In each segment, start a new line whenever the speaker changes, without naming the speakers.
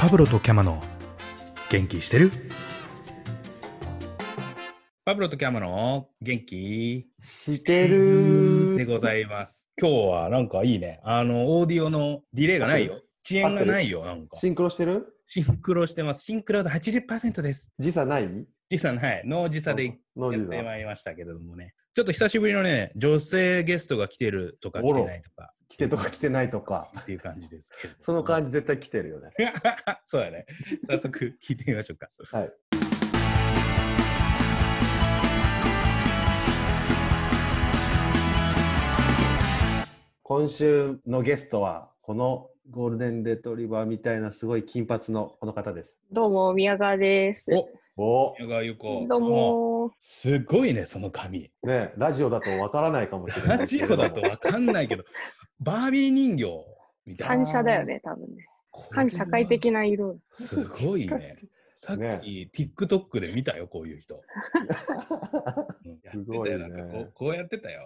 パブロとキャマの元気してるパブロとキャマの元気
してる
でございます。今日はなんかいいね。あの、オーディオのディレイがないよ。遅延がないよ、なんか。
シンクロしてる
シンクロしてます。シンクロ度80%です。
時差ない
時差ない。脳時差でやっ
ノージー
て
さ
まいりましたけれどもね。ちょっと久しぶりのね、女性ゲストが来てるとか来てないとか
来てとか来てないとか、
っていう感じですけど。
その感じ絶対来てるよね。
そうだね。早速聞いてみましょうか。
はい。今週のゲストは、このゴールデンレトリバーみたいなすごい金髪のこの方です。
どうも、宮川です。
お
おお、
宮川優子。
どうも
すごいね、その髪。
ねラジオだとわからないかもしれない。
ラジオだとわかんないけど、バービー人形みたいな。
反射だよね、多分ね。
これは
反社会的な色。
すごい ね。さっき、TikTok で見たよ、こういう人。うんやってたよ、なんか
すごいね
こうこうやってたよ。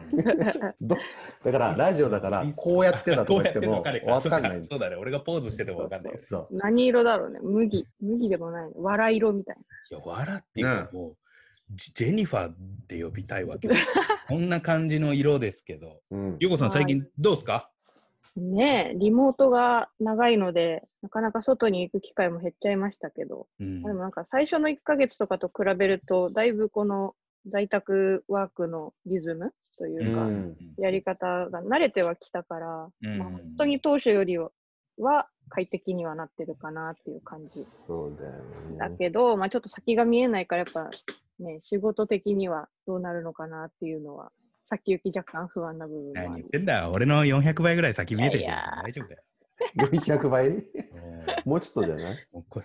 どだからラジオだからこうやってだとか言って
こ
も
うやってた
わ
彼
かんない
そうかそうだね、俺がポーズしててもわかんない。
そうそう
何色だろうね。麦。麦でもない。藁色みたい
いや、笑っていうかもう、ジジェニファーって呼びたいわけよ。こんな感じの色ですけど。
そう、うん
ゆうこさん、最近どうですか
な。ねえ、リモートが長いので、なかなか外に行く機会も減っちゃいましたけど、
うん
でもなんか最初の1ヶ月とかと比べると、だいぶこの在宅ワークのリズムというか、
ん
やり方が慣れてはきたから、
うん
まあ、本当に当初よりは快適にはなってるかなっていう感じ。
そうだよ
だ
ね。
けど、まあ、ちょっと先が見えないから、やっぱ、ね、仕事的にはどうなるのかなっていうのは、先行き若干不安な部分もあ
何言
り
ってんだ俺の400倍ぐらい先見えてるじ
いや
ゃん。大丈夫だよ。
400倍
うん
もうちょっとじゃない
もうこ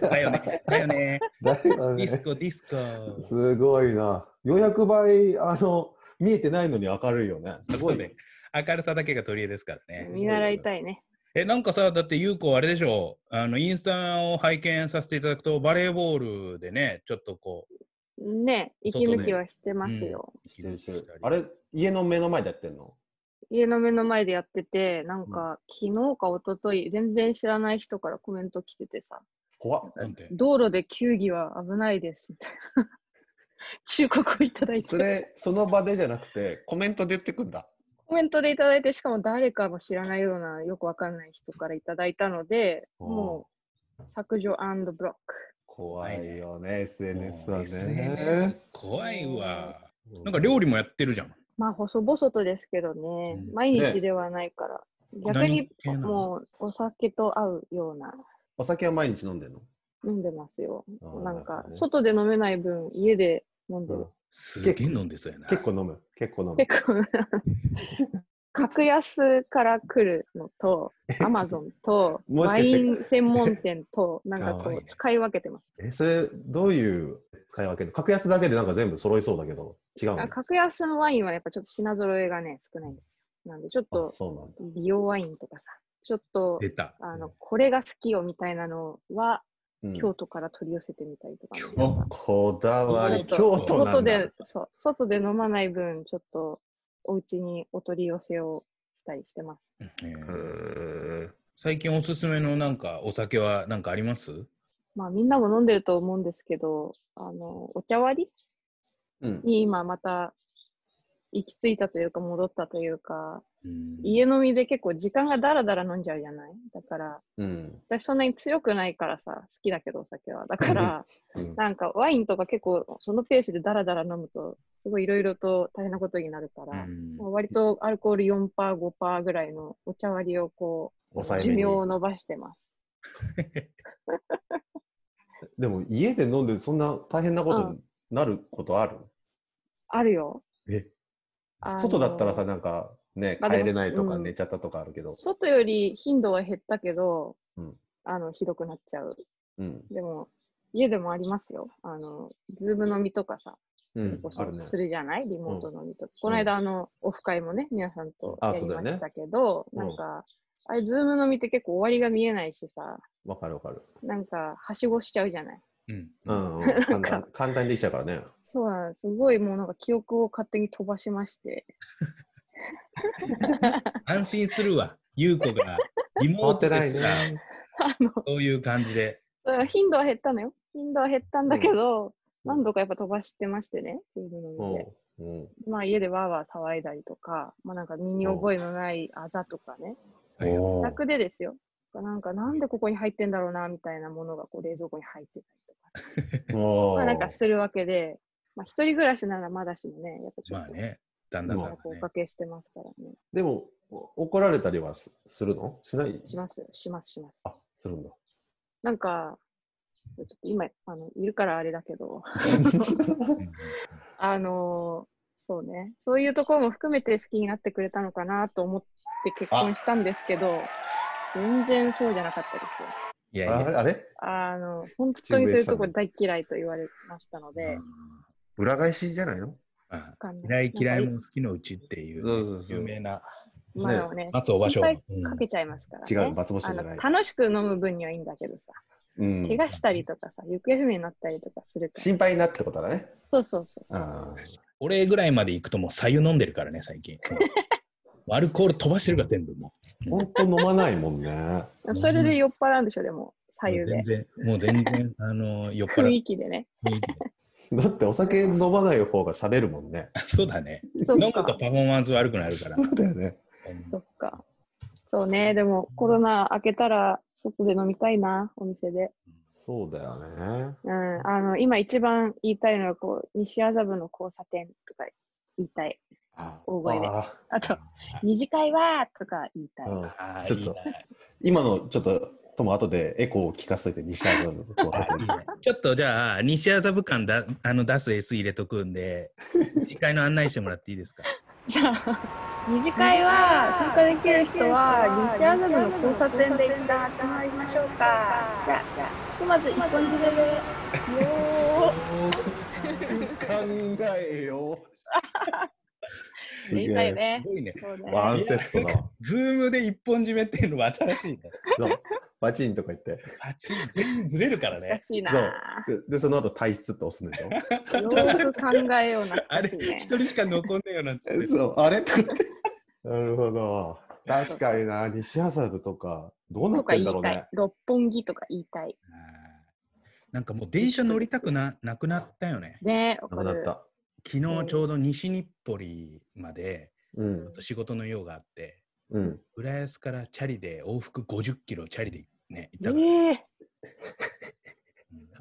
だよね。だよね。
だいぶ
ディス
ね。
コ、ディスコ。
すごいな。400倍、あの、見えてないのに明るいよね。す
そ
ご
う
い
ね。明るさだけが取り柄ですからね。
見習いたいね。
え、なんかさ、だって、ゆうこあれでしょあの、インスタを拝見させていただくと、バレーボールでね、ちょっとこう、
ね、息抜きはしてますよ。
息抜きしたり
あれ、家の目の前でやってんの
家の目の前でやってて、なんか、昨日か一昨日全然知らない人からコメント来ててさ、
怖っ。
なんて。
道路で球技は危ないです、みたいな。 忠告をいただい
そ
て、
れ、その場でじゃなくて、コメントで言ってくんだ。
コメントでいただいて、しかも誰かも知らないような、よくわかんない人からいただいたので、
おう
もう、削除ブロック。
怖い
も
よね、
う
SNS は
SNS
ね。
怖いわ。なんか料理もやってるじゃん。
まあ、細々とですけどね、
うん
毎日ではないから、逆
何
に
系なの
もうお酒と合うような、
お酒は毎日飲んでんの
飲んでますよ
あー。
なん
なる
か
ほ、どね
外で飲めない分、家で飲んで
うん
る。
すげえ飲んでそうやな。
結構飲む。結構飲む。
結構、格安から来るの と、アマゾンと、
もしか
ワ
して
イン専門店と、なんか
あ
こ
ー
う、使い分けてます。
え、それ、どういう使い分けの格安だけでなんか全部揃いそうだけど、違うの
あ格安のワインはやっぱちょっと品揃えがね、少ないんですよ。なんで、ちょっ
あ、
と、
そうなんだ。
美容ワインとかさ、ちょっと、
出た。
あ
うん
の、これが好きよみたいなのは、
うん
京都から取り寄せてみたりとかね、
京都
こだわり、
京
京
都
都な
外
んだ
で。、そう、外で飲まない分、ちょっと、お家にお取り寄せをしたりしてます。
えー
うん
最近おすすめのなんかお酒はなんかあります
まあ、みんなも飲んでると思うんですけど、あの、お茶割
うん
りに今また、行き着いたというか、戻ったというか、
うん
家飲みで結構時間がだらだら飲んじゃうじゃないだから、
うん。
私そんなに強くないからさ、好きだけどお酒は。だから、
うん
なんかワインとか結構そのペースでダラダラ飲むと、すごいいろいろと大変なことになるか
う
ら、
ん
まあ割とアルコール4%、5%ぐらいのお茶割りをこう、
抑え
寿
めに
命を伸ばしてます。
でも家で飲んでそんな大変なことになることある、
あるよ。
え
あの
外だったらさ、なんかね、
まあでも
帰れないとか
うん
寝ちゃったとかあるけど。
外より頻度は減ったけど、
うん
あの、ひどくなっちゃう。
うん。
でも、家でもありますよ。あの、ズーム飲みとかさ、
う
そ
ん
れこ。そ
あるね。
するじゃない、リモート飲みとか。この間、あの、オフ会もね、皆さんと
あ
やり
そうだよ
ま
ね
したけど、
うん
なんか、あれ、ズーム飲みって結構終わりが見えないしさ、
わかるわかる。
なんか、はしごしちゃうじゃな い。
うん
うん、うん。簡単簡単にできちゃうからね。
そうなんです。すごいもうなんか記憶を勝手に飛ばしまして。
安心するわ、優子が。リモ
持
ー
って
ト
な
で
い
すら
ね。
あの、
そういう感じで。
それは頻度は減ったのよ。頻度は減ったんだけど、何度かやっぱ飛ばしてましてね、そういうので。
うん。
まあ家でわーわー騒いだりとか、まあなんか身に覚えのないあざとかね、
はい
おー
楽でですよ。なんかなんでここに入ってんだろうなみたいなものがこう冷蔵庫に入ってたりとか、
おー
まあなんかするわけで、まあ一人暮らしならまだしもね、やっぱちょ
ま
っ
あ
と
ね、旦
迷
那さん
惑
が
をお
ね
か。けしてますからね。
でも、お怒られたりはすするのしない
します、します、します。
あ、するん だ。
なんか、ちょっと今、あの、いるからあれだけど、
うん
あのーそうね、そういうところも含めて好きになってくれたのかなと思って結婚したんですけど、全然そうじゃなかったですよ。
いやい
あれ
や。
あれ
あの、本当にそういうとこ大嫌いと言われましたので、
うん
裏返しじゃないの
まあ
わかんな
嫌い嫌い
なんか
も好きのうちっていう
そうそう
ね
そう
有名な
まあね、
松尾芭
心
蕉
配
うん
かけちゃいますから、ね
違う、松本
あ
さんじゃな
の
い。
楽しく飲む分にはいいんだけどさ、
うん
怪我したりとかさ、行方不明になったりとかすると、
心配になってことだね。
そうそうそうそう。
あ
俺ぐらいまで行くともう左右飲んでるからね最 近うんアルコール飛ばしてるから全部も
ーほんと飲まないもんね。
それで酔っ払うんでしょ、でも、
う
左右で
全。然もう全然あの酔っ
雰
払っ
囲気でね。
ていい
だってお酒飲まない方が喋るもんね。
そうだね
そ
飲
っ
むと
か
パ。フォーマンス悪くなるから
そうだよね。
うん
そっか。そうね、でもコロナ明けたら外で飲みたいな、お店で。
そうだよね。
うん、あの、今一番言いたいのは、こう、西麻布の交差点とか言いたい。
あ
大声で
あ
あと、二次会はとか言いたい。
ーうん
あー
ちょっと
いいな
今のちょっと、とも後でエコーを聞かせといて、西田さんの交差
いい
点
ねちょっとじゃあ西麻布館だあの出す S 入れとくんで次回の案内してもらっていいですか
じゃあ、二次会は参加できる人は、西麻布の交差点で一旦集まりましょうか。じゃあ、じゃあひとまず一本締めで。よ
考えよう。
ー。 言いたい。ね
す。ごいね
そうね。
ワンセットだわ。
ズームで一本締めっていうのは新しいね
そうバチンとか言って。
パチン全員ずれるから
懐か
ね
しいな。
そう。で、でその後体質って押すんでしょ。
よーく考えような
あ
懐
れ
かしい
一
ね。
人しか残んねえよなっつって
そう、あれとかって。なるほど。確かにな、西麻布とか、どうな
と
っ
か
てん
言
だろう
いたい
ね。。
六本木とか言いたい。
なんかもう電車乗りたくななくなったよね。
ねえ、わ
なくな
かる
っ。た。
昨日ちょうど西日暮里まで
うん。
仕事の用があって、
うん。
浦安からチャリで往復50キロチャリでね、行ったから。
ええ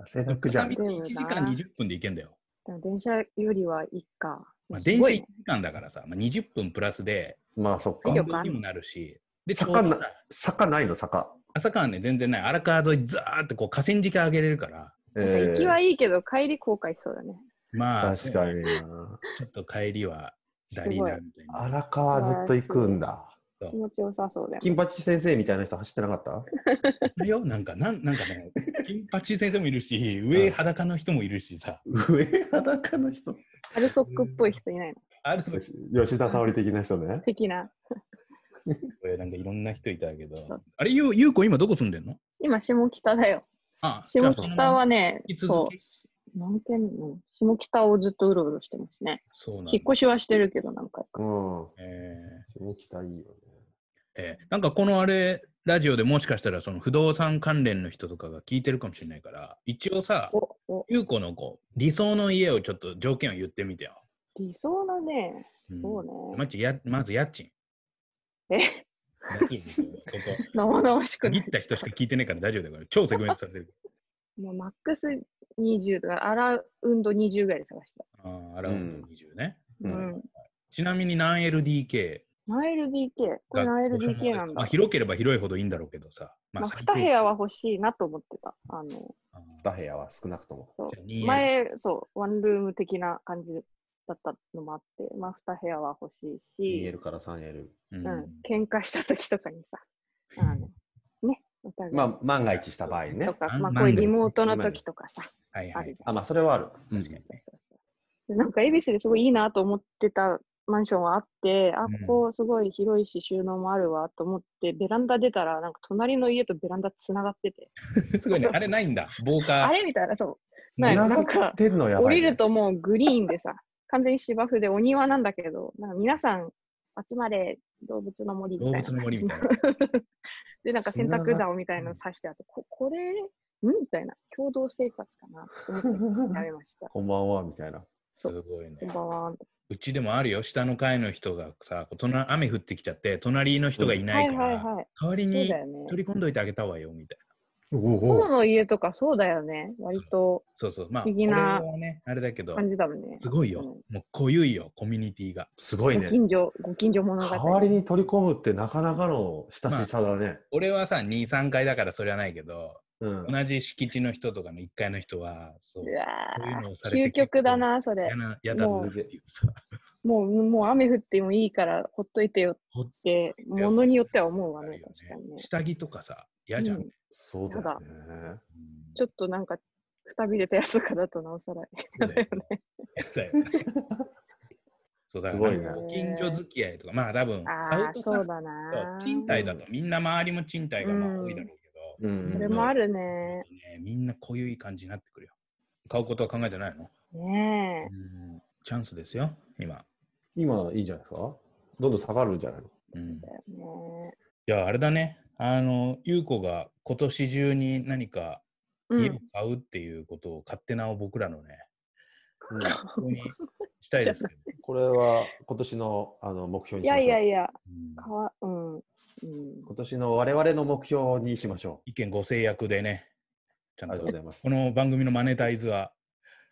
汗だくじゃん。
片道1時間20分で行けんだよ。
でも電車よりはいいか。
まあ、
す
電車
ご
1
い
時
ね
間だからさ、まあ、20分プラスで、
まあ、そっか
いい。よ
運にもなるし、で、ちょう
坂
ど
な
さ
坂ないの、坂。。
朝からね、全然ない。荒川沿い、ザーってこう河川敷上げれるから、
なんか行きはいいいけど、帰り後悔しそうだね。
まあ、
確かにな。
ちょっと帰りはダリーナみたいな。
荒川ずっと行くんだ。
気持ちよさそうだよ。
金八先生みたいな人走ってなかった
いるよなんかなんなんかね、金八先生もいるし、上裸の人もいるしさ、
上裸の人。
アルソックっぽい人いないの
ある
吉
す
吉田沙保里的な人ね。
的な。
ごいなんかいろんな人いたけ
そ
ど
う、
あれゆうゆうこ今どこ住んでんの？
今、下北だよ。
あ、じゃ
下
あその
北はね
引、き
そ
続
う
き。
何軒も下北をずっとうろうろしてますね。
そうなんだ
引っ越しはしてるけど、なんか。
うん。下
え
北いいよね。
ーえーなんかこのあれラジオでもしかしたらその不動産関連の人とかが聞いてるかもしれないから、一応さ、
お、お、
ゆうこのこう理想の家をちょっと条件を言ってみてよ。
理想だね。
うん
そうね
まずやまず家賃。
え
大丈夫ですよここ
生々しくな
限
い
っ。た人しか聞いてないから大丈夫だから、超セグメントされて る。
もうマックス20とか、アラウンド20ぐらいで探した。
ああ、アラウンド20ね。
う
うんん。
ちなみに何 LDK
7LDK。これ
が
7LDK なん
まあ、
だ。
広ければ広いほどいいんだろうけどさ。ま
まあ、
最
2
低
部屋は欲しいなと思ってた。あの、
あー
二部屋は少なくとも。
そう
じゃあ 2L
前、そう、ワンルーム的な感じだったのもあって、まあ、2部屋は欲しいし、
2L から 3L。
うん
うん、喧嘩した時とかにさ、あの、ね、お互い
まあ、万が一した場合
と
ね。
か、
万
まあ、
万
こういう
が一
リモートの時とかさ、
はい
あ
は
る
い。
じゃん。
あ、まあ、それはある。
確かに
そうそうそうでなんか、恵比寿ですごいいいなと思ってたマンションはあって、あ、ここすごい広いし収納もあるわと思って、ベランダ出たら、なんか隣の家とベランダつながってて、
すごいね。あれないんだ。 防火。
あれみたいな、そう、
ない
な
繋
い
がってんのやばい、ね。
降りる。ともうグリーンでさ、完全に芝生でお庭なんだけど、なんか皆さん集まれ動物の森みた
動
いな。
物の森みたいな。
で、なんか洗
砂が
濯竿みたいなの刺してあって、ここれ、んみたいな。共同生活かなと思って調べました
。こんばんは、みたいな。
す
そう
ごいね
こん。ばんは。
うちでもあるよ。下の階の人がさ、隣雨降ってきちゃって、隣の人がい
は
ないいか
はい
ら、
はい。
代わり
そう
に
だよね。
取り込んどいてあげたわよ、みたいな。
お
今
お
の家とかそうだよね。割と
そうそう。まあ、
不
これ
思議な
はね、あれだけど、
感じだもんね。
すごいよ。
うん
もう濃ゆいよ、コミュニティが。
すごい
ご
ね。
近所、ご近所物語。
代わりに取り込むってなかなかの親しさだね。
俺はさ、2、3階だからそれはないけど、
うん。
同じ敷地の人とかの1階の人は、そう。
うわ
こういうのをさ
ー
れて
究極だな、それ
嫌。な、嫌だなっていうさ。
もう、もう雨降ってもいいから、ほっといてよ
ほっ
って、ものによっては思うわ
あ
ね、
るよ
確かにね。
下着とかさ、嫌じゃん。
うん
そうだよね。
うん
ちょっとなんか、くたびれたやつとかだとなおさら。
そうだよね。だ よねそうだか
すごい
ら、
ね
ご近所付き合いとか、まあ多分、買
あ
う
あ、
と
そう
さ、
だなー。
賃貸だとみんな周りも賃貸がまあ多いだろうけど、
うんうん
それもあるね
ね。みんな濃ゆい感じになってくるよ。買うことは考えてないの、
ねえ。
うんチャンスですよ、今。
今いいじゃないですか。どんどん下がるんじゃないの
うん、
だよね
いや、あれだね。あの、優子が今年中に何か
う
家を
ん。
買うっていうことを勝手な僕らのね、
うん
ここにしたいですけど。
これは今年のあの目標
い
にしまし
や
ょう。
いやいや、
うん
かわ、うん。うん。
今年の我々の目標にしましょ
意見ご制約でね、ちゃ
う。
ん
ありがとうご
と
ざいます。
この番組のマネタイズは、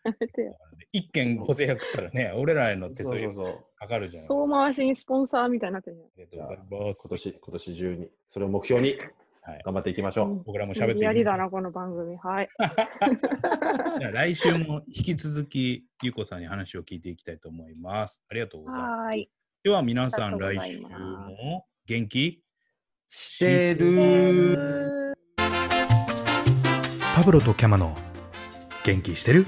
やめてよ
一件ご制約したらね、俺らへの手
そ
数
うそ
料
うそう。
かかるじゃない。あ
遠回しにスポンサーみたいになってるじ
りがとうございます。
今年、今年中に、それを目標に
はい
頑張っていきまし
ゃ
ょ
ん
う。。
僕らも喋っていきましょう
やりだな、この番組。はい。
じゃあ来週も引き続き、ゆうこさんに話を聞いていきたいと思います。ありがとうございます。
はーい。
では皆さ
あ
ん、
りがとう
来
ござい
週
ます
も元気
してる
パブロとキャマの元気してる